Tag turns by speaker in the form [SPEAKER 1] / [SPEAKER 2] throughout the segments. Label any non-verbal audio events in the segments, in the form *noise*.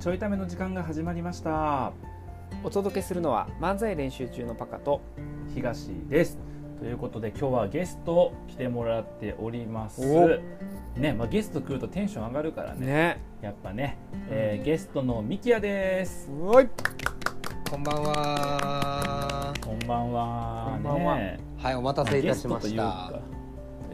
[SPEAKER 1] ちょいための時間が始まりました
[SPEAKER 2] お届けするのは漫才練習中のパカと
[SPEAKER 1] 東ですということで今日はゲスト来てもらっております
[SPEAKER 2] お
[SPEAKER 1] ね、まあ、ゲスト来るとテンション上がるからね
[SPEAKER 2] ね
[SPEAKER 1] やっぱね、えーゲストのミキヤです
[SPEAKER 2] おい
[SPEAKER 3] こんばんは。
[SPEAKER 1] こんばんは
[SPEAKER 2] こんばんは
[SPEAKER 1] ね
[SPEAKER 3] はい、お待たせいたしまし
[SPEAKER 1] ゲスト。という
[SPEAKER 3] た
[SPEAKER 1] か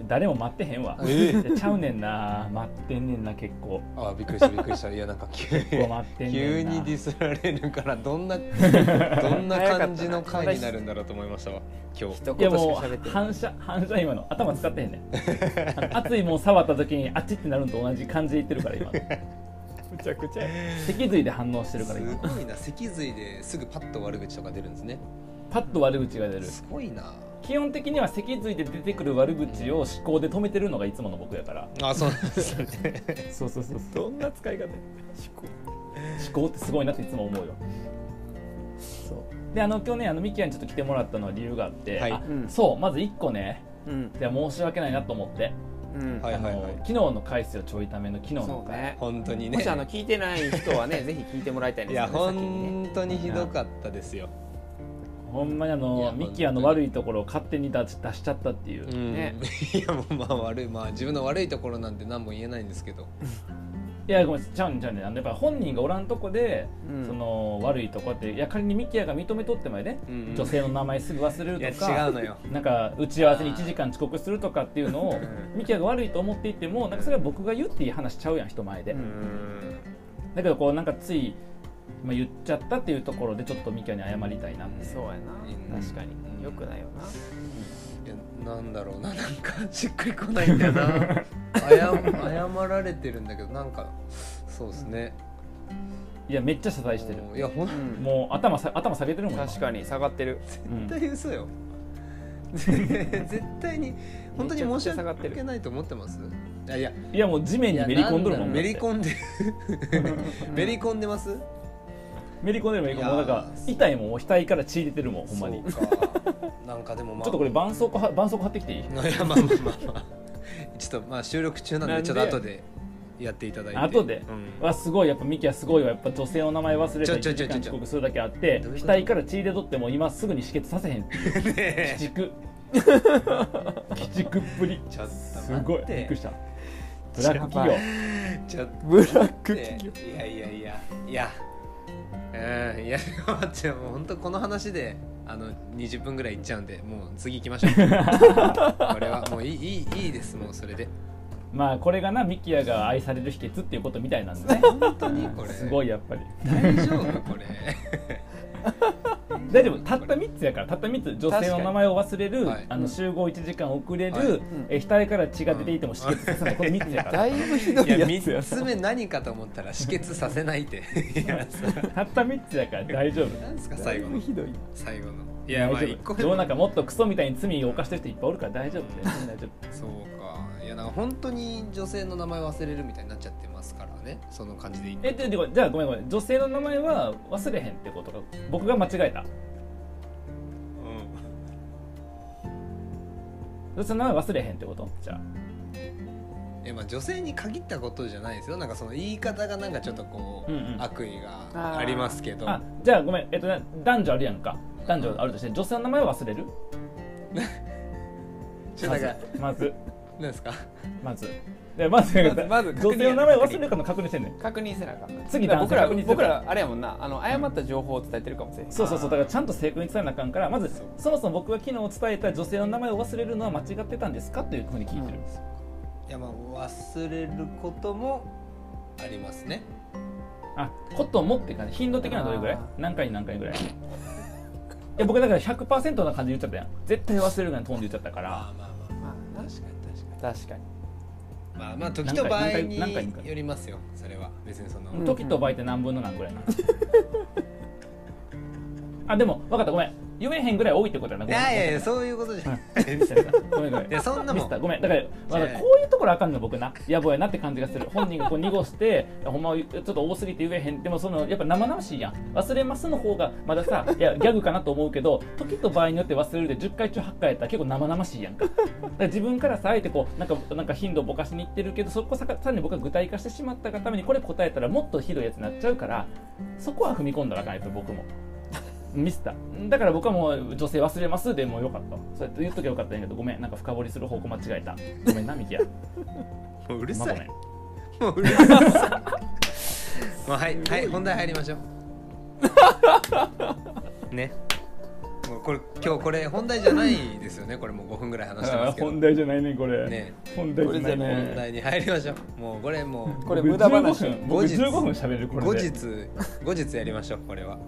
[SPEAKER 1] 誰も待ってへんわ、
[SPEAKER 3] え
[SPEAKER 1] いやちゃうねんな待ってんねんな結構
[SPEAKER 3] あ、びっくりした、びっくりした。いや、なんか急に。
[SPEAKER 1] 結構待ってんね
[SPEAKER 3] 急
[SPEAKER 1] んな
[SPEAKER 3] にディスられるから、どんな、どんな感じの回になるんだろうと思いましたわ。今日。
[SPEAKER 2] 一
[SPEAKER 1] いや
[SPEAKER 2] 言しか
[SPEAKER 1] も
[SPEAKER 2] 喋って
[SPEAKER 1] う
[SPEAKER 2] ない
[SPEAKER 1] 反射反射今の頭使ってへんねんあの熱いもん触った時にあっちってなるのと同じ感じでいってるから今の
[SPEAKER 2] むちゃくちゃ
[SPEAKER 1] 脊髄で反応してるから
[SPEAKER 3] す
[SPEAKER 1] 今
[SPEAKER 3] ごいな、脊髄ですぐパッと悪口とか出るんですね。
[SPEAKER 1] パッと悪口が出る
[SPEAKER 3] すごいな。
[SPEAKER 1] 基本的には脊髄で出てくる悪口を思考で止めてるのがいつもの僕やから
[SPEAKER 3] あ、そうなんですね。
[SPEAKER 1] そうそうそう
[SPEAKER 2] どんな使い方
[SPEAKER 1] 思考ってすごいなっていつも思うよそうであの今日ねあのミキヤにちょっと来てもらったのは理由があって、
[SPEAKER 3] はい
[SPEAKER 1] あ
[SPEAKER 2] うん
[SPEAKER 1] そうまず1個ね
[SPEAKER 2] うん
[SPEAKER 1] いや申し訳ないなと思って、
[SPEAKER 2] うん、
[SPEAKER 3] はいはいは
[SPEAKER 1] あの
[SPEAKER 3] い。
[SPEAKER 1] 昨日の回数をちょいための昨日の
[SPEAKER 2] そう
[SPEAKER 1] 回、
[SPEAKER 2] ね
[SPEAKER 3] 本当にね
[SPEAKER 2] もし。あの聞いてない人はねぜひ聞いてもらいたいです
[SPEAKER 3] いや、
[SPEAKER 2] よね先にね
[SPEAKER 3] 本当にひどかったですよ。
[SPEAKER 1] ほんまにあ
[SPEAKER 3] い
[SPEAKER 1] の
[SPEAKER 3] や
[SPEAKER 1] ミキヤの悪いところを勝手に出し出しちゃったっていう、
[SPEAKER 3] う
[SPEAKER 1] い
[SPEAKER 3] ん
[SPEAKER 2] ね
[SPEAKER 3] *laughs* いや、もう、まあ、悪い、まあ、自分の悪いところなんて、何も言えないんですけど。
[SPEAKER 1] やごめんちゃうねんちゃうねんあのやっぱ本人がおらんとこで、
[SPEAKER 2] うん
[SPEAKER 1] その悪いとこっていや仮にミキヤが認めとってもやね、
[SPEAKER 3] うんうん
[SPEAKER 1] 女性の名前すぐ忘れ
[SPEAKER 3] いや、
[SPEAKER 1] るとか
[SPEAKER 3] 違うのよ。
[SPEAKER 1] なんか打ち合わせに1時間遅刻するとかっていうのを
[SPEAKER 3] うん
[SPEAKER 1] ミキヤが悪いと思っていてもなんかそれは僕が言っていい話ちゃうやん人前で、
[SPEAKER 2] うん
[SPEAKER 1] だけどこうなんかつい、まあ、言っちゃったっていうところでちょっとミキヤに謝りたいなって、
[SPEAKER 2] そうや
[SPEAKER 3] う
[SPEAKER 2] なん確かによくないよない
[SPEAKER 3] やなんだろうななんかしっくりこないんだよな謝謝られてるんだけどなんかそうですね
[SPEAKER 1] いやめっちゃ謝罪してる
[SPEAKER 3] もういやほん
[SPEAKER 2] うん
[SPEAKER 1] もう頭さ頭下げてるもん今
[SPEAKER 2] 確かに下がってる
[SPEAKER 1] うん
[SPEAKER 3] 絶対嘘よ *laughs* 絶対に本当に申
[SPEAKER 2] め
[SPEAKER 3] し
[SPEAKER 2] ちゃくちゃ下がって
[SPEAKER 3] 訳
[SPEAKER 2] る
[SPEAKER 3] ないと思ってますいやいや
[SPEAKER 1] いやもう地面にめり込んどるもん
[SPEAKER 3] めり込んでめり込んでます
[SPEAKER 1] めり込んでるめり込んでるもうなんか
[SPEAKER 3] いやー
[SPEAKER 1] 痛いもんもう額から血出てるもんほんまにち
[SPEAKER 3] そうかなんかでもまあ
[SPEAKER 1] ょっとこれ絆創膏は絆創膏貼ってきていい
[SPEAKER 3] *laughs* いやまあまあまあまあちょっとまあ収録中なん
[SPEAKER 1] なん
[SPEAKER 3] で
[SPEAKER 1] で
[SPEAKER 3] ちょっと後でやっていただいて
[SPEAKER 1] 後で
[SPEAKER 3] うん *laughs*
[SPEAKER 1] わすごいやっぱミキはすごいわやっぱ女性の名前忘れて
[SPEAKER 3] ちょち
[SPEAKER 1] 1
[SPEAKER 3] ょち
[SPEAKER 1] 時
[SPEAKER 3] ょ
[SPEAKER 1] 間
[SPEAKER 3] ち
[SPEAKER 1] 遅
[SPEAKER 3] ょ
[SPEAKER 1] 刻するだけあって
[SPEAKER 3] どういうこと
[SPEAKER 1] 額から血で取っても今すぐに止血させ
[SPEAKER 3] *laughs*
[SPEAKER 1] へん *laughs* っていう
[SPEAKER 3] ねえ
[SPEAKER 1] 鬼畜鬼畜っぷり
[SPEAKER 3] ちょっと
[SPEAKER 1] す
[SPEAKER 3] 待
[SPEAKER 1] ごい
[SPEAKER 3] って
[SPEAKER 1] びっくりしたブラック企業
[SPEAKER 2] やば
[SPEAKER 3] ちょっと
[SPEAKER 2] ブラック
[SPEAKER 3] いやいやいやいやうんいや待ってもう本当この話であの20分ぐらいいっちゃうんでもう次行きましょうこれはもういいいいいいですもうそれで
[SPEAKER 1] まあこれがなミキヤが愛される秘訣っていうことみたいなんでね
[SPEAKER 3] 本当にこれ
[SPEAKER 1] すご
[SPEAKER 3] い
[SPEAKER 1] いやっぱり
[SPEAKER 3] 大丈夫
[SPEAKER 1] *laughs*
[SPEAKER 3] これ
[SPEAKER 1] 大丈夫たった3つやからたった3つ女性の名前を忘れる、
[SPEAKER 3] はい
[SPEAKER 1] あ
[SPEAKER 2] う
[SPEAKER 1] の
[SPEAKER 2] ん
[SPEAKER 1] 集合1時間遅れる、
[SPEAKER 3] はい
[SPEAKER 2] ん
[SPEAKER 1] え額から血が出ていても止血させない、これ3つやか
[SPEAKER 2] だ
[SPEAKER 1] ら
[SPEAKER 2] いぶひどい
[SPEAKER 3] いや
[SPEAKER 2] やつや
[SPEAKER 3] 3つ目何かと思ったら止血させないっていや
[SPEAKER 1] たった3つやから大丈夫
[SPEAKER 3] 何すか
[SPEAKER 2] だい
[SPEAKER 3] 最後
[SPEAKER 2] ぶ
[SPEAKER 3] の
[SPEAKER 2] ひどい
[SPEAKER 3] 最後のい
[SPEAKER 1] い
[SPEAKER 3] やまあ
[SPEAKER 1] 大
[SPEAKER 3] 一
[SPEAKER 1] 丈
[SPEAKER 3] 個
[SPEAKER 1] 夫
[SPEAKER 3] 目
[SPEAKER 1] 世の中もっとクソみたいに罪を犯してる人いっぱいおるから大丈夫だよ全然大丈
[SPEAKER 3] そうかいやなんか本当に女性の名前忘れるみたいになっちゃってますからねその感じでい
[SPEAKER 1] 夫えででじゃあごめんごめん女性の名前は忘れへんってことか僕が間違えた
[SPEAKER 3] う
[SPEAKER 1] 女性の名前忘れへんってことじゃあ
[SPEAKER 3] んえまあ、女性に限ったことじゃないですよなんかその言い方がなんかちょっとこう、
[SPEAKER 1] うんうん
[SPEAKER 3] 悪意がありますけど
[SPEAKER 1] あじゃあごめんえっとね男女あるやんか男女あるとして女性の名前は忘れる
[SPEAKER 3] ちょっとなんか
[SPEAKER 1] まず
[SPEAKER 3] 何ですか
[SPEAKER 1] まずでまず
[SPEAKER 2] まずまず確認
[SPEAKER 1] 女性の名前忘れるかの確認してんねん
[SPEAKER 2] 確認せなあかった
[SPEAKER 1] 次
[SPEAKER 2] だから
[SPEAKER 1] 男性
[SPEAKER 2] 僕ら
[SPEAKER 1] 確認する
[SPEAKER 2] 僕らあれやもんなあの誤った情報を伝えてるかもしれない
[SPEAKER 1] そうそうそうだからちゃんと正確に伝えなあかんからまず
[SPEAKER 3] そう
[SPEAKER 1] そもそも僕が昨日伝えた女性の名前を忘れるのは間違ってたんですかというふうに聞いてるんです、
[SPEAKER 3] いやまあ忘れることもありますね
[SPEAKER 1] あこともって感じ頻度的にはどれぐらい
[SPEAKER 2] あー
[SPEAKER 1] 何回に何回ぐらい *laughs* いや僕だから100%な感じで言っちゃったやん絶対忘れるぐらいのトーンで言っちゃったから
[SPEAKER 3] あまあまあ
[SPEAKER 2] まあな
[SPEAKER 3] 確かに確か
[SPEAKER 2] 確かに
[SPEAKER 3] にまあまあ時と場合に
[SPEAKER 1] 何回何回
[SPEAKER 3] よりますよそれは別にその、
[SPEAKER 2] うん
[SPEAKER 3] *laughs*
[SPEAKER 1] 時と場合って何分の何ぐらいなのあでも分かったごめん言えへんぐらい多いってことやなご
[SPEAKER 3] い
[SPEAKER 1] めん
[SPEAKER 3] やいやいやそういうことじゃないですよ
[SPEAKER 1] ごめんごめん
[SPEAKER 3] いやそんな
[SPEAKER 1] ミ
[SPEAKER 3] も
[SPEAKER 1] ス
[SPEAKER 3] ん
[SPEAKER 1] ターごめんだから、まあ、
[SPEAKER 3] 違う
[SPEAKER 1] こういうところあかんの僕な野暮やなって感じがする本人がこう濁していやほんまはちょっと多すぎて言えへんでもそのやっぱ生々しいやん忘れますの方がまださいやギャグかなと思うけど時と場合によって忘れるで10回中8回やったら結構生々しいやんかだから自分からさあえてこうなんかなんか頻度ぼかしにいってるけどそこさかさらに僕が具体化してしまったがためにこれ答えたらもっとひどいやつになっちゃうからそこは踏み込んだらあかんやつ僕も。ミスっただから僕はもう女性忘れますでもよかったそうやって言っときゃよかったんやけどごめんなんか深掘りする方向間違えたごめんなミキヤ
[SPEAKER 3] もううる
[SPEAKER 1] ま
[SPEAKER 3] さ
[SPEAKER 1] あご
[SPEAKER 3] い
[SPEAKER 1] めん
[SPEAKER 3] *laughs* もううるさいもうはいはい本題入りましょ
[SPEAKER 1] *laughs*
[SPEAKER 3] うねもうこれ今日これ本題じゃないですよねこれもう5分ぐらい話してますけど
[SPEAKER 1] 本題じゃないねこれ
[SPEAKER 3] ね
[SPEAKER 1] 本題じゃない
[SPEAKER 2] これじゃ
[SPEAKER 3] 本題に入りましょうもうこれも
[SPEAKER 2] これ無駄話
[SPEAKER 1] 僕15分僕
[SPEAKER 3] 後日
[SPEAKER 1] 15分喋る
[SPEAKER 3] う
[SPEAKER 1] こ
[SPEAKER 3] 後
[SPEAKER 1] れ
[SPEAKER 3] 日
[SPEAKER 1] で
[SPEAKER 3] 後日やりましょうこれは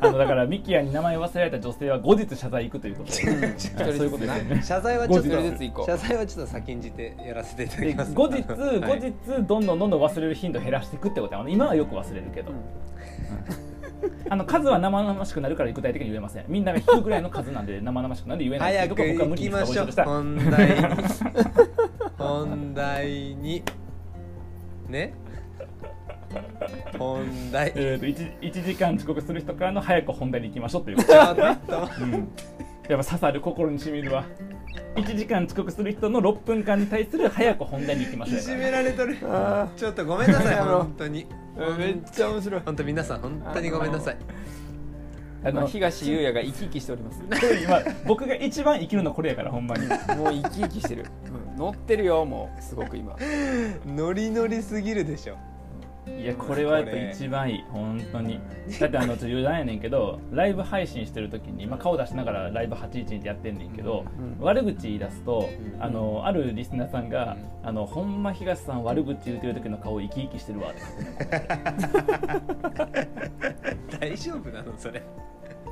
[SPEAKER 1] あのだからミキヤに名前忘れられた女性は後日謝罪行くということ
[SPEAKER 3] 違う違う
[SPEAKER 1] そういうことですよね
[SPEAKER 3] 謝罪はちょっと
[SPEAKER 1] 後日
[SPEAKER 2] ずつ行こう
[SPEAKER 3] 謝罪はちょっと先んじてやらせていただ
[SPEAKER 1] で
[SPEAKER 3] きます
[SPEAKER 1] 後日
[SPEAKER 3] はい
[SPEAKER 1] 後日どんどんどんどん忘れる頻度減らしていくってことやもんね今はよく忘れるけど、あの数は生々しくなるから具体的に言えませんみんなが引くぐらいの数なん
[SPEAKER 3] *laughs*
[SPEAKER 1] で生々しくなんで言えないってい
[SPEAKER 3] 早
[SPEAKER 1] うとこ
[SPEAKER 3] く
[SPEAKER 1] は僕は無
[SPEAKER 3] 行
[SPEAKER 1] 理
[SPEAKER 3] き
[SPEAKER 1] に
[SPEAKER 3] まし
[SPEAKER 1] 深掘りよ
[SPEAKER 3] ょ
[SPEAKER 1] う
[SPEAKER 3] う
[SPEAKER 1] とした
[SPEAKER 3] 本題に本題にね本題ち
[SPEAKER 1] えー、と 1, 時間遅刻する人からの早く本題に行きましょ
[SPEAKER 3] *laughs*
[SPEAKER 1] うということ、
[SPEAKER 3] ょっと
[SPEAKER 1] うん、やっぱ刺さる心にしみるわ1時間遅刻する人の6分間に対する早く本題に行きましょ
[SPEAKER 3] いうじ
[SPEAKER 1] や
[SPEAKER 3] め
[SPEAKER 1] から
[SPEAKER 3] れとる
[SPEAKER 2] あ
[SPEAKER 3] ちょっとごめんなさい
[SPEAKER 2] あの
[SPEAKER 3] 本当に
[SPEAKER 2] ーめっちゃ面白い
[SPEAKER 3] 本当皆さん本当にごめんなさい
[SPEAKER 2] あ
[SPEAKER 1] あ
[SPEAKER 2] の
[SPEAKER 1] の
[SPEAKER 2] 東優也が生き生きしてお
[SPEAKER 1] *laughs*
[SPEAKER 2] ります
[SPEAKER 1] これ今僕が一番生きるのこれやからほんまに
[SPEAKER 2] もう生き生きしてる、うん乗ってるよもうすごく今
[SPEAKER 3] ノリノリすぎるでしょ
[SPEAKER 1] いやこれはやっぱ一番いい本当にだってあのちょっと余談やねんけどライブ配信してる時に、まあ、顔出しながらライブ812でやってんねんけど、
[SPEAKER 2] うん
[SPEAKER 1] 悪口言い出すと、
[SPEAKER 3] うん
[SPEAKER 1] あのあるリスナーさんが「あのほんま東さん悪口言うてる時の顔生き生きしてるわ」って
[SPEAKER 3] 大丈夫なのそれ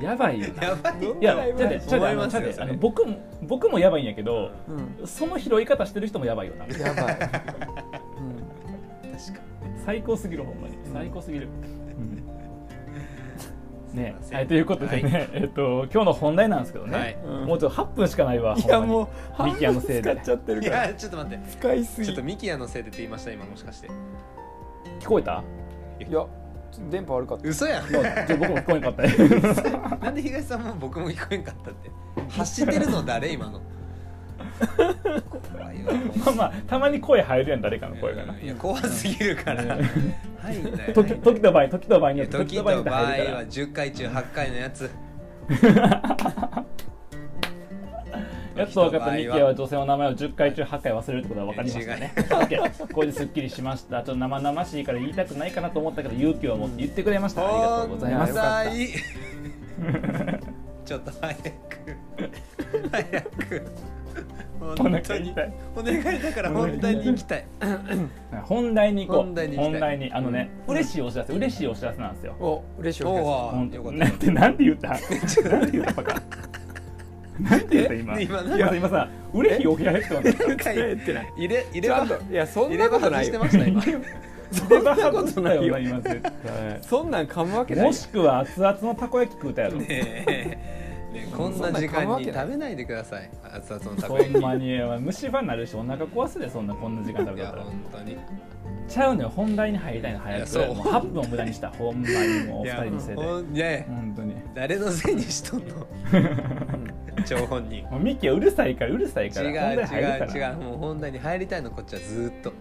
[SPEAKER 1] やばいよな
[SPEAKER 3] やばい
[SPEAKER 1] いや、
[SPEAKER 2] ラ
[SPEAKER 1] だ
[SPEAKER 2] イ
[SPEAKER 1] っ
[SPEAKER 2] ブ配
[SPEAKER 1] て、
[SPEAKER 2] 信
[SPEAKER 1] ちょっと
[SPEAKER 3] 思
[SPEAKER 1] あ
[SPEAKER 3] いま
[SPEAKER 1] の
[SPEAKER 3] す
[SPEAKER 1] ちょ
[SPEAKER 3] よ
[SPEAKER 1] っとあの
[SPEAKER 3] それ
[SPEAKER 1] 僕も、僕もやばいんやけど、
[SPEAKER 2] うん
[SPEAKER 1] その拾い方してる人もやばいよな。
[SPEAKER 2] やばい、うん
[SPEAKER 3] 確か
[SPEAKER 1] 最高すぎる、ほんまに。最高すぎる。
[SPEAKER 3] *laughs*
[SPEAKER 1] ね
[SPEAKER 3] すいません
[SPEAKER 1] はい、ということでね、
[SPEAKER 3] は
[SPEAKER 1] えっと、今日の本題なんですけどね。
[SPEAKER 3] はい
[SPEAKER 2] うん
[SPEAKER 1] もうちょっと8分しかないわ。
[SPEAKER 2] いや
[SPEAKER 1] ほんまに
[SPEAKER 2] もう
[SPEAKER 1] ミキヤのせいで
[SPEAKER 2] 半分使っちゃってる
[SPEAKER 3] い
[SPEAKER 2] から
[SPEAKER 3] やちょっと待って
[SPEAKER 2] 使いすぎ
[SPEAKER 3] ちょっと
[SPEAKER 2] い
[SPEAKER 3] ミキヤのせいでって言いました今もしかして
[SPEAKER 1] 聞こえた。
[SPEAKER 2] やちょっと電波悪かった
[SPEAKER 3] 嘘やん
[SPEAKER 1] いやちょ僕も聞こえんかったよ。
[SPEAKER 3] なんで東さんも僕も聞こえんかったって走ってるの誰今の怖いわ
[SPEAKER 1] まあまあ、たまに声入るやん、誰かの声がな。
[SPEAKER 3] いや怖すぎるから入んなよ
[SPEAKER 1] 時、時と場合、時と場合によって、時
[SPEAKER 3] 時と
[SPEAKER 1] と
[SPEAKER 3] 場
[SPEAKER 1] 場合
[SPEAKER 3] 合
[SPEAKER 1] によって入るから
[SPEAKER 3] は。10回中8回のやつ
[SPEAKER 1] やっと分かった、ミキヤは女性の名前を10回中8回忘れるってことは分かりましたね。OK *laughs* これですっきりしました。ちょっと生々しいから言いたくないかなと思ったけど、勇気を持って言ってくれました。ありがとうございます。
[SPEAKER 2] ほんま
[SPEAKER 3] い
[SPEAKER 1] *laughs*
[SPEAKER 3] ちょっと早く早く本当にお願いだから本当に行きたい
[SPEAKER 1] 本題に行こう。
[SPEAKER 3] 本題に行きたい
[SPEAKER 1] あのね、嬉しいお知らせ、嬉しいお知らせなんですよ。
[SPEAKER 2] お嬉しいお客
[SPEAKER 3] お
[SPEAKER 1] ほん
[SPEAKER 3] ーよか
[SPEAKER 1] なん
[SPEAKER 3] って
[SPEAKER 1] なんて言った
[SPEAKER 3] *laughs* ちょっと
[SPEAKER 1] なんて言ったバカ。なんて言った今。
[SPEAKER 3] え今なんか
[SPEAKER 1] いや今さ、嬉しいお知らせってこと
[SPEAKER 3] た
[SPEAKER 2] さん入れてない
[SPEAKER 3] 入れ入れ
[SPEAKER 2] ちゃ
[SPEAKER 3] 歯
[SPEAKER 2] んといやそん
[SPEAKER 3] 入
[SPEAKER 2] な
[SPEAKER 3] れ
[SPEAKER 2] こ
[SPEAKER 3] 歯
[SPEAKER 2] と
[SPEAKER 3] 外
[SPEAKER 2] ない
[SPEAKER 3] して
[SPEAKER 2] よ
[SPEAKER 3] ました今
[SPEAKER 2] そんなことないよ
[SPEAKER 1] 出刃外したよな今絶
[SPEAKER 2] そんなん噛むわけ
[SPEAKER 1] 対
[SPEAKER 2] ないよ
[SPEAKER 1] もしくは熱々のたこ焼き食うたやろ。
[SPEAKER 3] ねえねえこんな時間に食べないでください熱々のたこ
[SPEAKER 1] ほ
[SPEAKER 3] 焼き
[SPEAKER 1] んまに虫歯になるしお腹壊すでそんなこんな時間食
[SPEAKER 3] い
[SPEAKER 1] べ
[SPEAKER 3] や
[SPEAKER 1] たら
[SPEAKER 3] 本当に
[SPEAKER 1] ちゃうのよ本題に入りたいの早
[SPEAKER 3] いやそ
[SPEAKER 1] く
[SPEAKER 3] う
[SPEAKER 1] もう8分を無駄にしたほんまにもうお二
[SPEAKER 3] いや
[SPEAKER 1] 人のせいで
[SPEAKER 3] ほんいやいや
[SPEAKER 1] 本当に
[SPEAKER 3] 誰のせいにしとん
[SPEAKER 1] *laughs*
[SPEAKER 3] の張本人
[SPEAKER 1] もうミッキーはうるさいからうるさい
[SPEAKER 3] 違
[SPEAKER 1] か
[SPEAKER 3] う
[SPEAKER 1] ら本題入
[SPEAKER 3] 違
[SPEAKER 1] る
[SPEAKER 3] う
[SPEAKER 1] か
[SPEAKER 3] 違
[SPEAKER 1] ら
[SPEAKER 3] うもう本題に入りたいのこっちはずーっと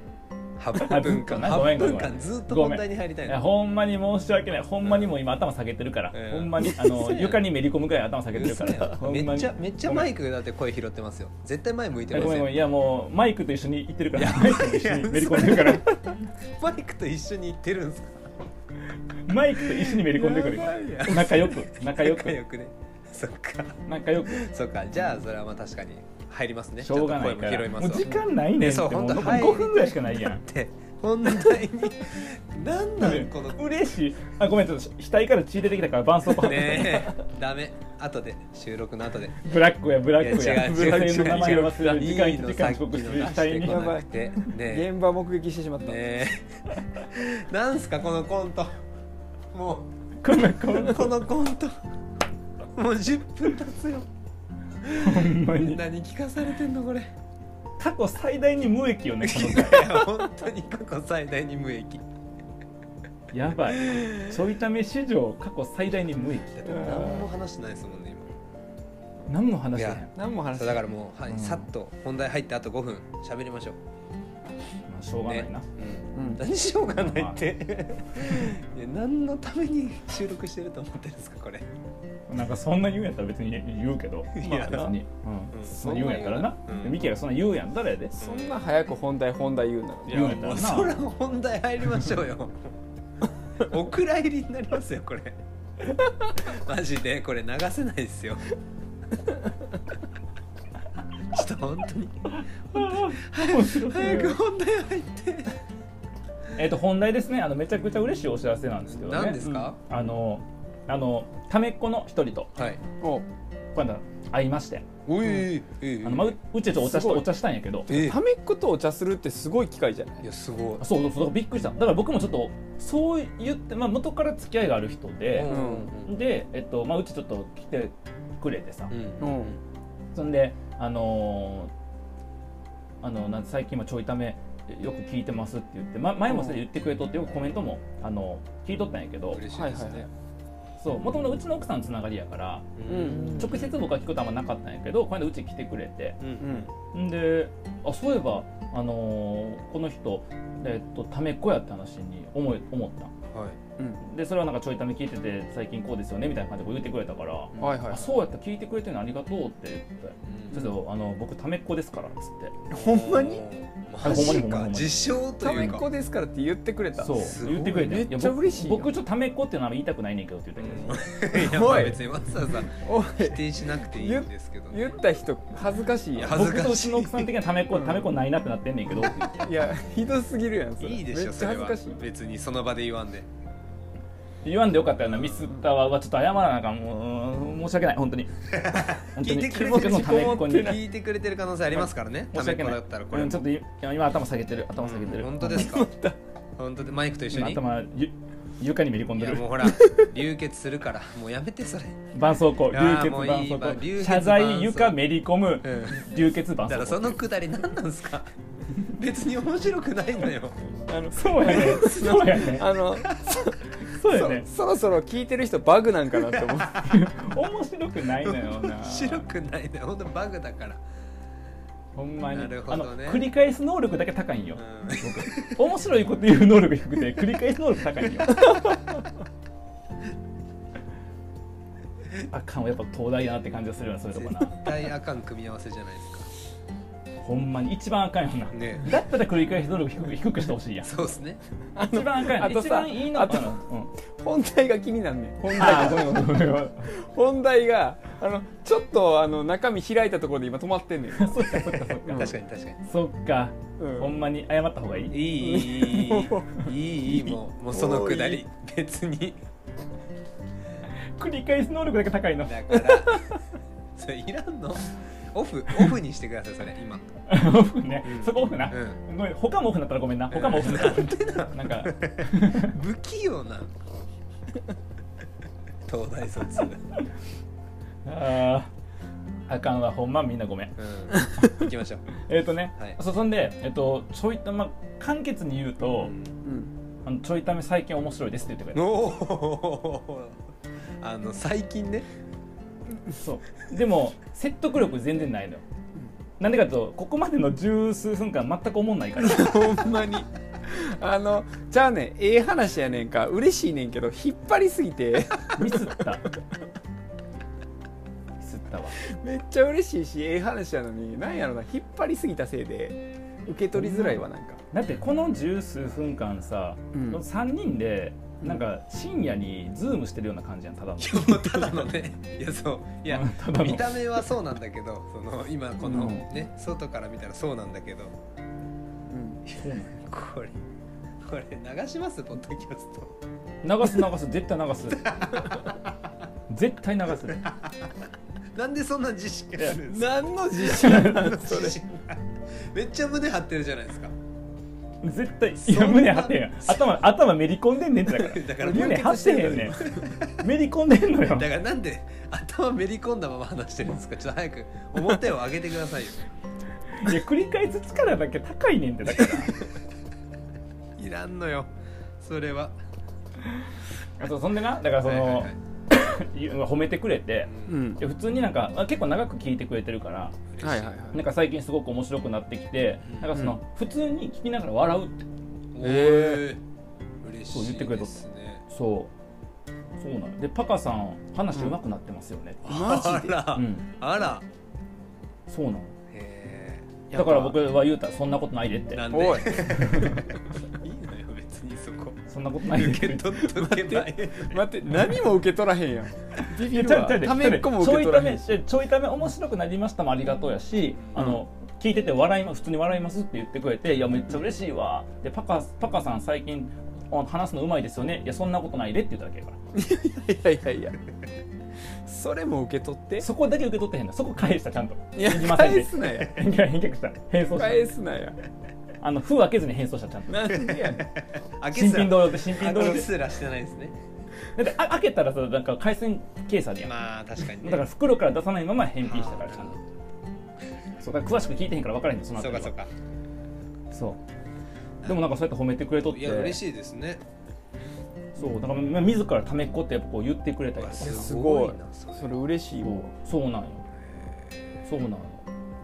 [SPEAKER 3] 8分間
[SPEAKER 1] *laughs* あずっとなごめ
[SPEAKER 3] 8
[SPEAKER 1] んごめん
[SPEAKER 3] 分間ずーっと本題に入りたい
[SPEAKER 1] いや
[SPEAKER 3] の
[SPEAKER 1] ほんまに申し訳ないほんまにもう今頭下げてるから、
[SPEAKER 3] うん
[SPEAKER 1] ほんまにあ
[SPEAKER 3] 嘘 *laughs*
[SPEAKER 1] の
[SPEAKER 3] やん
[SPEAKER 1] 床にめり込むぐらい頭下げてるか
[SPEAKER 3] 嘘や
[SPEAKER 1] ら
[SPEAKER 3] ん
[SPEAKER 1] ほんま
[SPEAKER 3] め
[SPEAKER 1] に
[SPEAKER 3] っちゃめっちゃマイクだって声拾ってますよ絶対前向いて
[SPEAKER 1] いやご
[SPEAKER 3] ま
[SPEAKER 1] め
[SPEAKER 3] せ
[SPEAKER 1] んご
[SPEAKER 3] ん
[SPEAKER 1] めんいやもうマイクと一緒に行ってるから
[SPEAKER 3] いや
[SPEAKER 1] マイクと一緒にめり込んでるから
[SPEAKER 3] マイクと一緒に行ってるんですか
[SPEAKER 1] マイクと一緒にめり込んでくる
[SPEAKER 3] やばいや
[SPEAKER 1] 今仲良く仲良
[SPEAKER 3] 仲良
[SPEAKER 1] く
[SPEAKER 3] くねそっか
[SPEAKER 1] 仲良く
[SPEAKER 3] そっかじゃあそれはまあ確かに入りますね
[SPEAKER 1] しょうがないか
[SPEAKER 3] ちょっと
[SPEAKER 1] ら
[SPEAKER 3] 声も
[SPEAKER 1] も
[SPEAKER 3] 拾いうます
[SPEAKER 1] 時
[SPEAKER 3] わ
[SPEAKER 1] 間ないねん
[SPEAKER 3] ね
[SPEAKER 1] って
[SPEAKER 3] そう
[SPEAKER 1] もう
[SPEAKER 3] 本当
[SPEAKER 1] 残り5分ぐらいしかないやん
[SPEAKER 3] で本題に何なんこの
[SPEAKER 1] 嬉しいあごめんちょっと額から血出てきたから絆創膏
[SPEAKER 3] ねえダメ後で収録の後で
[SPEAKER 1] ブラックやブラック
[SPEAKER 3] いや
[SPEAKER 1] や
[SPEAKER 3] 違う
[SPEAKER 1] ブ
[SPEAKER 3] 違う
[SPEAKER 1] ラックの名前
[SPEAKER 3] 違う
[SPEAKER 1] 忘れる時間
[SPEAKER 3] いい
[SPEAKER 1] 一
[SPEAKER 3] の
[SPEAKER 1] 時
[SPEAKER 3] さ
[SPEAKER 1] 間
[SPEAKER 3] っき
[SPEAKER 1] 遅刻する
[SPEAKER 3] の
[SPEAKER 1] 額
[SPEAKER 3] 出して
[SPEAKER 1] に
[SPEAKER 3] こなくてね
[SPEAKER 2] 現場目撃してしまっ
[SPEAKER 3] え
[SPEAKER 2] た、
[SPEAKER 3] ねえなんすかこのコントも *laughs*
[SPEAKER 1] こんなこんな
[SPEAKER 3] うこのコントもう10分経
[SPEAKER 1] *laughs*
[SPEAKER 3] つよ
[SPEAKER 1] ほんま
[SPEAKER 3] みん
[SPEAKER 1] に
[SPEAKER 3] なに聞かされてんのこれい
[SPEAKER 1] 過去最大に無益よねこの回
[SPEAKER 3] や本当に過去最大に無益
[SPEAKER 1] *laughs* やばいちょいため史上過去最大に無益
[SPEAKER 3] だって何も話してないですもんね
[SPEAKER 1] 何の話だよ
[SPEAKER 3] いや
[SPEAKER 2] 何も
[SPEAKER 3] 今
[SPEAKER 2] 話
[SPEAKER 3] そ
[SPEAKER 2] し
[SPEAKER 3] う
[SPEAKER 2] な
[SPEAKER 3] だ
[SPEAKER 2] い
[SPEAKER 3] からもう、はい
[SPEAKER 1] うん
[SPEAKER 3] さっと本題入ってあと5分喋りましょう、
[SPEAKER 1] まあ、しょうがないな、
[SPEAKER 2] う
[SPEAKER 3] うん
[SPEAKER 2] ん
[SPEAKER 3] 何しようがないっていや何のために収録してると思ってるんですかこれ
[SPEAKER 1] なんかそんな言うんやったら別に言うけど
[SPEAKER 3] *laughs* い
[SPEAKER 1] まあ
[SPEAKER 3] や
[SPEAKER 1] 別に、
[SPEAKER 3] う
[SPEAKER 1] うんん、そんな言うんやったらな
[SPEAKER 3] そんな言うなうん
[SPEAKER 1] ミキがそんな言うんやったらやで
[SPEAKER 2] そんな早く本題本題言うなら
[SPEAKER 1] 言うんやった
[SPEAKER 3] も
[SPEAKER 1] ら
[SPEAKER 3] う
[SPEAKER 1] な
[SPEAKER 3] そら本題入りましょう *laughs* よお蔵入りになりますよこれマジでこれ流せないですよちょっと本当に
[SPEAKER 1] 面白い
[SPEAKER 3] 早く本題入って
[SPEAKER 1] えっと本題ですねあのめちゃくちゃ嬉しいお知らせなんですけどね
[SPEAKER 3] 何ですか、
[SPEAKER 1] うんあのあのためっ子の一人と
[SPEAKER 3] はい
[SPEAKER 2] お
[SPEAKER 1] 今度会いまして
[SPEAKER 3] おい、え
[SPEAKER 1] あの、まあ、ううちとお茶し
[SPEAKER 2] す
[SPEAKER 1] た
[SPEAKER 2] ごい
[SPEAKER 1] お茶したんやけど
[SPEAKER 3] え
[SPEAKER 2] ためっことお茶するってすごい機会じゃない
[SPEAKER 3] いやすごい
[SPEAKER 1] あそうそうそうびっくりしただから僕もちょっとそう言って、まあ、元から付き合いがある人で、で、えっとまあ、うちちょっと来てくれてさ、
[SPEAKER 3] うん
[SPEAKER 1] そんであのーあのなんて最近もちょいためよく聞いてますって言って、ま、前もそれ言ってくれとってよくコメントもあの聞いとったんやけど
[SPEAKER 3] 嬉しいですね、
[SPEAKER 1] そうもともとうちの奥さんのつながりやから
[SPEAKER 2] うん
[SPEAKER 1] 直接僕は聞くことはあんまなかったんやけどこの間うち来てくれて
[SPEAKER 3] うん
[SPEAKER 2] うん
[SPEAKER 1] んであそういえば、あのーこの人、えっと、ためっ子やって話に思い思った
[SPEAKER 3] は
[SPEAKER 2] うん
[SPEAKER 1] でそれはなんかちょいため聞いてて最近こうですよねみたいな感じで言ってくれたから、
[SPEAKER 3] うん
[SPEAKER 2] はいはい
[SPEAKER 1] あそうやった聞いてくれてるのありがとうって言って。
[SPEAKER 3] い
[SPEAKER 1] ちょっとあの僕ためっ子ですからっつって
[SPEAKER 2] ほんま *laughs* に
[SPEAKER 3] マジ
[SPEAKER 1] ほんまにほんまにほん
[SPEAKER 3] か
[SPEAKER 1] まに
[SPEAKER 3] 自称と
[SPEAKER 2] ため
[SPEAKER 3] い
[SPEAKER 2] っ
[SPEAKER 3] うか
[SPEAKER 2] 子ですからって言ってくれた
[SPEAKER 1] そう
[SPEAKER 3] すごい
[SPEAKER 1] 言ってくれて
[SPEAKER 2] めっちゃ
[SPEAKER 1] いや
[SPEAKER 2] 嬉しいやん
[SPEAKER 1] 僕僕ちょっとためっ子っていうのは言いたくないねんけどって言ったけど、
[SPEAKER 3] いやまあ別にわざわざ
[SPEAKER 2] おい
[SPEAKER 3] 否定しなくていいんですけどね
[SPEAKER 2] 言った人恥ずかしいや
[SPEAKER 3] 恥ずかしい
[SPEAKER 1] 僕とうちの奥さん的にはためっ子
[SPEAKER 2] うん
[SPEAKER 1] ためっ子ないなってなってんねんけどって言って
[SPEAKER 2] んいやひどすぎるやんそれ
[SPEAKER 3] いいでしょ
[SPEAKER 2] めっ
[SPEAKER 3] そ
[SPEAKER 2] ちゃ恥
[SPEAKER 3] れ
[SPEAKER 2] ず
[SPEAKER 3] は
[SPEAKER 2] かしい
[SPEAKER 3] 別にその場で言わんで
[SPEAKER 1] 言わんでよかったよなミスったわうわちょっと謝らなあかんもううん申し訳ない本
[SPEAKER 3] *laughs*
[SPEAKER 1] 当に本当
[SPEAKER 3] 聞いて
[SPEAKER 1] に
[SPEAKER 3] くれて
[SPEAKER 1] 僕
[SPEAKER 3] る
[SPEAKER 1] のためっ子に
[SPEAKER 3] 聞いてくれてる可能性ありますからね
[SPEAKER 1] 申
[SPEAKER 3] た
[SPEAKER 1] し
[SPEAKER 3] めっ
[SPEAKER 1] 訳
[SPEAKER 3] 子
[SPEAKER 1] な
[SPEAKER 3] だ
[SPEAKER 1] い
[SPEAKER 3] ったらこれ
[SPEAKER 1] うんちょっとい今今頭下げてる頭下げてる、
[SPEAKER 3] 本当ですか本当でマイクと一緒
[SPEAKER 1] 今
[SPEAKER 3] にい
[SPEAKER 1] 頭ゆ床にめり込んで
[SPEAKER 3] や
[SPEAKER 1] る
[SPEAKER 3] もうほら流血するからもうやめてそれ
[SPEAKER 1] 絆創膏
[SPEAKER 3] あー
[SPEAKER 1] 流血
[SPEAKER 3] もういいわ
[SPEAKER 1] 絆創
[SPEAKER 3] 流
[SPEAKER 1] 膏
[SPEAKER 3] 血
[SPEAKER 1] 謝
[SPEAKER 3] 絆創
[SPEAKER 1] 罪
[SPEAKER 3] 膏
[SPEAKER 1] 床めり込む、
[SPEAKER 3] うん
[SPEAKER 1] 流血絆
[SPEAKER 3] だから
[SPEAKER 1] 創
[SPEAKER 3] そ
[SPEAKER 1] 膏
[SPEAKER 3] のくだり何なんすか別に面白くないのよ
[SPEAKER 2] あの
[SPEAKER 1] そうやね *laughs* そうやね
[SPEAKER 2] あ
[SPEAKER 3] *laughs*
[SPEAKER 2] の
[SPEAKER 1] そうやね
[SPEAKER 2] そそろそろ聞いてる人バグなんかなって
[SPEAKER 3] *laughs*
[SPEAKER 2] 思う
[SPEAKER 1] 面白くないのよな
[SPEAKER 3] 面白くないのよ本当バグだから
[SPEAKER 1] ほんまに、
[SPEAKER 3] なるほ
[SPEAKER 1] あ
[SPEAKER 3] ど
[SPEAKER 1] の
[SPEAKER 3] ね
[SPEAKER 1] 繰り返す能力だけ高いんよ、
[SPEAKER 3] うん
[SPEAKER 1] 僕面白いこと言う能力低くて繰り返す能力高いんよあかんわやっぱ東大やなって感じがするよなそういうとこ
[SPEAKER 3] 絶対あかん組み合わせじゃないですか
[SPEAKER 1] なほんまに一番あかんよな、
[SPEAKER 3] ね
[SPEAKER 1] だったら繰り返す能力低く低くしてほしいやん
[SPEAKER 3] そうですね
[SPEAKER 1] 一番あかんや
[SPEAKER 2] あ
[SPEAKER 1] ん
[SPEAKER 2] と
[SPEAKER 1] 一
[SPEAKER 2] さ
[SPEAKER 1] 番いいのかなうん
[SPEAKER 2] 本題が気になんねん本題
[SPEAKER 1] あ
[SPEAKER 2] が
[SPEAKER 1] ーごめんごめんごめん
[SPEAKER 2] 本題があのちょっとあの中身開いたところで今止まってんねん、
[SPEAKER 1] そっかそっかそっか
[SPEAKER 3] 確かに確かに
[SPEAKER 1] そっか、
[SPEAKER 2] うん
[SPEAKER 1] ほんまに謝った方がいい
[SPEAKER 3] いいいいいいいいいいもうもうそのくだり別に
[SPEAKER 1] 繰り返す能力だけ高いの
[SPEAKER 3] だからそれいらんのオフオフにしてくださいそれ今
[SPEAKER 1] オフね、
[SPEAKER 3] うん
[SPEAKER 1] そこオフな、
[SPEAKER 3] う
[SPEAKER 1] ごめん他もオフになったらごめんな他もオフになったら、なんか
[SPEAKER 3] 不器用な東大卒う
[SPEAKER 1] あーあかんわほんまみんなごめん
[SPEAKER 3] ん行きましょう
[SPEAKER 1] えっ、とね、
[SPEAKER 3] はい
[SPEAKER 1] そそんでえっ、とちょいたまあ簡潔に言うと、
[SPEAKER 2] うん、
[SPEAKER 1] あのちょいため最近面白いですって言ってく
[SPEAKER 3] お
[SPEAKER 1] れ
[SPEAKER 3] おあの最近ね
[SPEAKER 1] たそうでも説得力全然ないのよなんでかというとここまでの十数分間全く思んないから
[SPEAKER 2] ほんまにあのじゃあねええ話やねんか嬉しいねんけど引っ張りすぎて *laughs*
[SPEAKER 1] ミスったミスったわ
[SPEAKER 2] めっちゃ嬉しいしええ話やのになんやろな引っ張りすぎたせいで受け取りづらいわなんか
[SPEAKER 1] だってこの十数分間さ、
[SPEAKER 2] うん
[SPEAKER 1] 3人でなんか深夜にズームしてるような感じやんただの
[SPEAKER 3] いやもうただのねいやそういや
[SPEAKER 1] ただの
[SPEAKER 3] 見た目はそうなんだけどその今この
[SPEAKER 1] うん
[SPEAKER 3] ね、外から見たらそうなんだけど
[SPEAKER 2] うん
[SPEAKER 3] これこれ流しますポッドキャスト
[SPEAKER 1] 流す流す絶対流 *laughs* す絶対流す
[SPEAKER 3] なんでそんな自信があるんですか
[SPEAKER 2] 何の自信
[SPEAKER 3] めっちゃ胸張ってるじゃないですか
[SPEAKER 1] 絶対いや
[SPEAKER 3] そんな
[SPEAKER 1] 胸張ってへんやん頭頭めり込んでんねん *laughs* ってだから
[SPEAKER 3] だから
[SPEAKER 1] 胸張ってへんねんめり込んでんの *laughs* よ
[SPEAKER 3] だからなんで頭めり込んだまま話してるんですかちょっと早く表を上げてくださいよ
[SPEAKER 1] いや繰り返す力だけ高いねんってだから
[SPEAKER 3] いらんのよそれは
[SPEAKER 1] *laughs* あとそんでなだからその、
[SPEAKER 3] はいはいはい
[SPEAKER 1] い褒めてくれて
[SPEAKER 2] う
[SPEAKER 3] うん
[SPEAKER 2] ん
[SPEAKER 1] いや普通になんかあ結構長く聞いてくれてるから
[SPEAKER 2] はいはいはい
[SPEAKER 1] なんか最近すごく面白くなってきて
[SPEAKER 3] うん
[SPEAKER 1] なんかその、普通に聞きながら笑うって
[SPEAKER 2] へ
[SPEAKER 3] おえ嬉しい
[SPEAKER 1] そう言ってくれた
[SPEAKER 3] ですね
[SPEAKER 1] そうそうなのでパカさん話上手くなってますよね、
[SPEAKER 2] マジで
[SPEAKER 3] あら、
[SPEAKER 1] うん
[SPEAKER 3] あら
[SPEAKER 1] そうなの
[SPEAKER 3] へ
[SPEAKER 1] だから僕は言うたらそんなことないでって
[SPEAKER 3] えなんで *laughs*
[SPEAKER 2] おい
[SPEAKER 3] いいのよ別にそこ
[SPEAKER 1] そんなことないでっ
[SPEAKER 3] 受
[SPEAKER 1] て
[SPEAKER 3] け取っとけばいい
[SPEAKER 2] 待って何も受け取らへんやんビビる
[SPEAKER 1] ちゃ
[SPEAKER 2] わ
[SPEAKER 1] うちゃうで
[SPEAKER 2] ためっこも受け取らへんし
[SPEAKER 1] ちょいためちょいため面白くなりましたもありがとうやし、あの聞いてて笑いま普通に笑いますって言ってくれていやめっちゃ嬉しいわでパカパカさん最近あ話すのうまいですよねいやそんなことないでって言っただけやから
[SPEAKER 2] いやいやいやそれも受け取って
[SPEAKER 1] そこだけ受け取ってへんのそこ返したちゃんと
[SPEAKER 2] いや
[SPEAKER 1] 返事ませんで
[SPEAKER 2] 返すなや
[SPEAKER 1] 返却した変装した
[SPEAKER 2] 返すなや
[SPEAKER 1] あの封開けずに変装したちゃんと
[SPEAKER 2] なんでやねん
[SPEAKER 3] 開け
[SPEAKER 1] 新
[SPEAKER 3] すら
[SPEAKER 1] 品同様で新品同様
[SPEAKER 3] 開け
[SPEAKER 1] です
[SPEAKER 3] らしてないですね
[SPEAKER 1] だってあ開けたらさなんか回線計算でやん、
[SPEAKER 3] まあ確かにね
[SPEAKER 1] だから袋から出さないまま返品したからちゃんとそうだから詳しく聞いてへんから分からへんのその
[SPEAKER 3] そう
[SPEAKER 1] 辺り
[SPEAKER 3] か
[SPEAKER 1] は
[SPEAKER 3] そうか
[SPEAKER 1] そうでもなんかそうやって褒めてくれとって
[SPEAKER 3] いや嬉しいですね
[SPEAKER 1] そうだからま自らためっこってやっぱこう言ってくれたりとか
[SPEAKER 3] うわ
[SPEAKER 2] すごい
[SPEAKER 3] すごいなそれ
[SPEAKER 2] それ嬉しい
[SPEAKER 1] そう
[SPEAKER 2] もん
[SPEAKER 1] そうなんよそうなんよ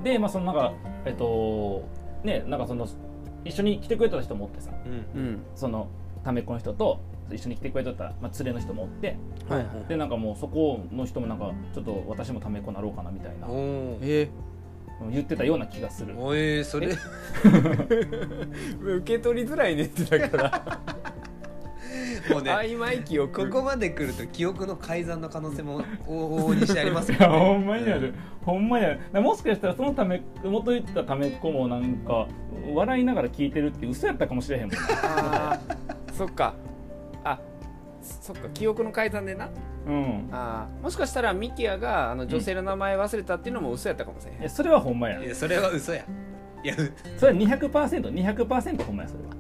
[SPEAKER 1] でまあそのなんかえっとねなんかその一緒に来てくれた人もおってさ
[SPEAKER 3] うん
[SPEAKER 2] うん
[SPEAKER 1] そのためっこの人と一緒に来てくれとった、まあ、連れの人もおって
[SPEAKER 2] はいはい
[SPEAKER 1] でなんかもうそこの人もなんかちょっと私もためっこなろうかなみたいな
[SPEAKER 3] おー
[SPEAKER 2] え
[SPEAKER 1] 言ってたような気がする
[SPEAKER 3] おえーそれ
[SPEAKER 2] ー、受け取りづらいねってだから
[SPEAKER 3] *laughs* もうね
[SPEAKER 2] 曖昧記憶
[SPEAKER 3] ここまで来ると記憶の改ざんの可能性も往々にしてあ
[SPEAKER 1] *laughs*
[SPEAKER 3] ります
[SPEAKER 1] い
[SPEAKER 3] よ
[SPEAKER 1] や *laughs* ほんまにやる、ほんまやるもしかしたらそのため元言ってたためっこもなんか笑いながら聞いてるって嘘やったかもしれへんもん
[SPEAKER 2] あーそっかあそっか記憶の改ざんでな
[SPEAKER 1] うん
[SPEAKER 2] あーもしかしたらミキヤがあの女性の名前忘れたっていうのも嘘やったかもしれへん、
[SPEAKER 1] いやそれはほんまや
[SPEAKER 3] いやそれは嘘やいやう
[SPEAKER 1] それは 200%200% ほんまやそれは、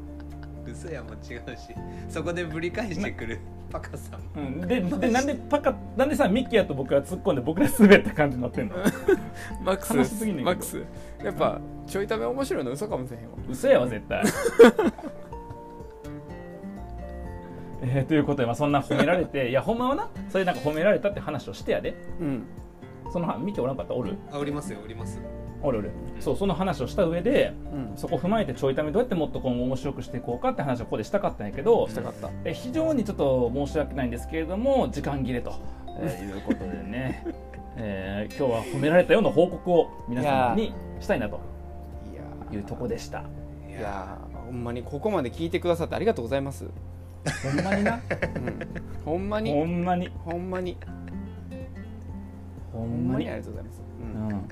[SPEAKER 3] 嘘やも違うしそこでぶり返してくるパカさんも
[SPEAKER 1] うん、ででなんでパカなんでさミッキーやと僕が突っ込んで僕ら滑った感じになってんの
[SPEAKER 2] マックス
[SPEAKER 1] 悲しすぎんねんけど
[SPEAKER 2] マックスやっぱちょいため面白いの嘘かもしれへんわ
[SPEAKER 1] 嘘やわ絶対 *laughs* えー、ということで、まあ、そんな褒められ *laughs* ていやほんまはなそれなんか褒められたって話をしてやで
[SPEAKER 2] うん
[SPEAKER 1] そのミッキーおらんかったらおる
[SPEAKER 3] あおりますよおります
[SPEAKER 1] おるおるそうその話をした上で
[SPEAKER 2] うん
[SPEAKER 1] そこを踏まえてちょいためどうやってもっと今後面白くしていこうかって話をここでしたかったんやけど
[SPEAKER 2] したかった
[SPEAKER 1] え非常にちょっと申し訳ないんですけれども時間切れと、えーいうことでね、 *laughs* えー今日は褒められたような報告を皆さんにしたいなと
[SPEAKER 2] いやー
[SPEAKER 1] いうとこでした
[SPEAKER 3] い
[SPEAKER 2] いやーほんまにここまで聞いてくださってありがとうございます、
[SPEAKER 1] ほんまにな
[SPEAKER 2] うん、ほんま
[SPEAKER 1] *laughs*
[SPEAKER 2] に
[SPEAKER 1] ほんまに
[SPEAKER 2] ほんまに
[SPEAKER 1] ほ
[SPEAKER 2] ほ
[SPEAKER 1] ん
[SPEAKER 2] ん
[SPEAKER 1] ま
[SPEAKER 2] ま
[SPEAKER 1] に
[SPEAKER 2] にありがとうございます、う
[SPEAKER 1] うんん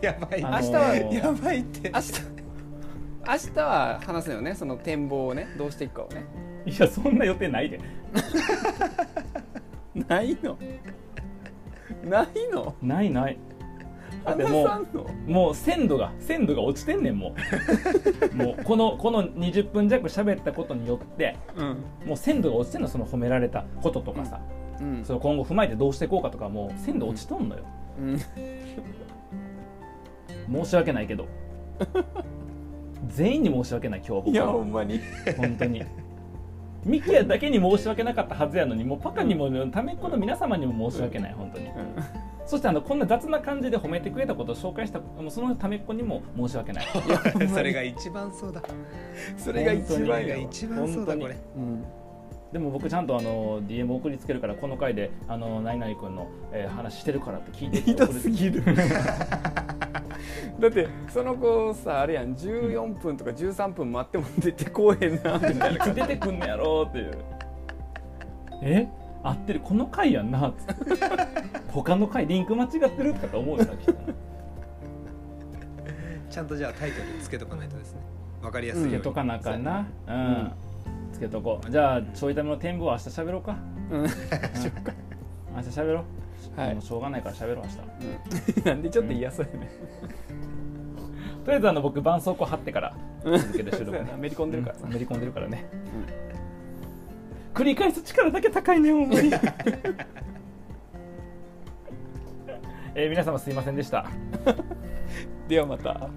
[SPEAKER 3] やばい
[SPEAKER 1] あの
[SPEAKER 2] 明日は
[SPEAKER 3] やばいって
[SPEAKER 2] 明日明日は話すよねその展望をねどうしていくかをね
[SPEAKER 1] いやそんな予定ないで
[SPEAKER 2] ないのないの
[SPEAKER 1] ないないあで
[SPEAKER 2] 話
[SPEAKER 1] も
[SPEAKER 2] さんの
[SPEAKER 1] もう鮮度が鮮度が落ちてんねんも
[SPEAKER 2] *laughs*
[SPEAKER 1] うもうこのこの20分弱喋ったことによって
[SPEAKER 2] うん
[SPEAKER 1] もう鮮度が落ちてんのその褒められたこととかさ、
[SPEAKER 2] うん
[SPEAKER 1] その今後踏まえてどうしていこうかとかもう鮮度落ちとんのよ、
[SPEAKER 2] うん
[SPEAKER 1] 申し訳ない
[SPEAKER 2] *laughs*
[SPEAKER 1] けど全員に申し訳ない今日
[SPEAKER 2] いや
[SPEAKER 1] は
[SPEAKER 2] ほんまに
[SPEAKER 1] 僕本当にミキヤだけに申し訳なかったはずやのにもうパカにもためっ子の皆様にも申し訳ない本当にそしてあのこんな雑な感じで褒めてくれたことを紹介したもうそのためっ子にも申し訳
[SPEAKER 2] *laughs*
[SPEAKER 1] ない
[SPEAKER 3] それが一番そうだ
[SPEAKER 2] それが一
[SPEAKER 1] 本当
[SPEAKER 3] そ
[SPEAKER 2] 番
[SPEAKER 3] れ
[SPEAKER 1] に
[SPEAKER 3] が
[SPEAKER 2] やわ
[SPEAKER 3] 一番そうだ
[SPEAKER 1] 本当に
[SPEAKER 3] これ
[SPEAKER 2] うん
[SPEAKER 1] でも僕ちゃんとあの DM 送りつけるからこの回であのナイナイ君の、えー話してるからって聞いて
[SPEAKER 2] ひどすぎるだってその子さあれやん14分とか13分待っても出てこうへんなみたいない
[SPEAKER 1] つ出てくんのやろうっていうえ合ってるこの回やんなっつって *laughs* 他の回リンク間違ってるとか思うよなきっとな
[SPEAKER 3] ちゃんとじゃあタイトルつけとかないとですねわかりやす
[SPEAKER 1] つ
[SPEAKER 3] いように
[SPEAKER 1] けとかなあかんなうん、つけとこうじゃあちょいための展望は明日喋ろうか
[SPEAKER 2] うん *laughs*
[SPEAKER 1] 明日喋ろう、
[SPEAKER 2] はい
[SPEAKER 1] もうしょうがないから喋ろう明日
[SPEAKER 2] うんなんでちょっと嫌そうやね *laughs*
[SPEAKER 1] とりあえずあの僕絆創膏貼ってから続けて収録
[SPEAKER 2] そうやな
[SPEAKER 1] ね
[SPEAKER 2] めり込んでるからさ、
[SPEAKER 1] めり込んでるからね、繰り返す力だけ高いねほんま
[SPEAKER 2] *laughs*
[SPEAKER 1] にえー皆様すいませんでした
[SPEAKER 2] ではまた。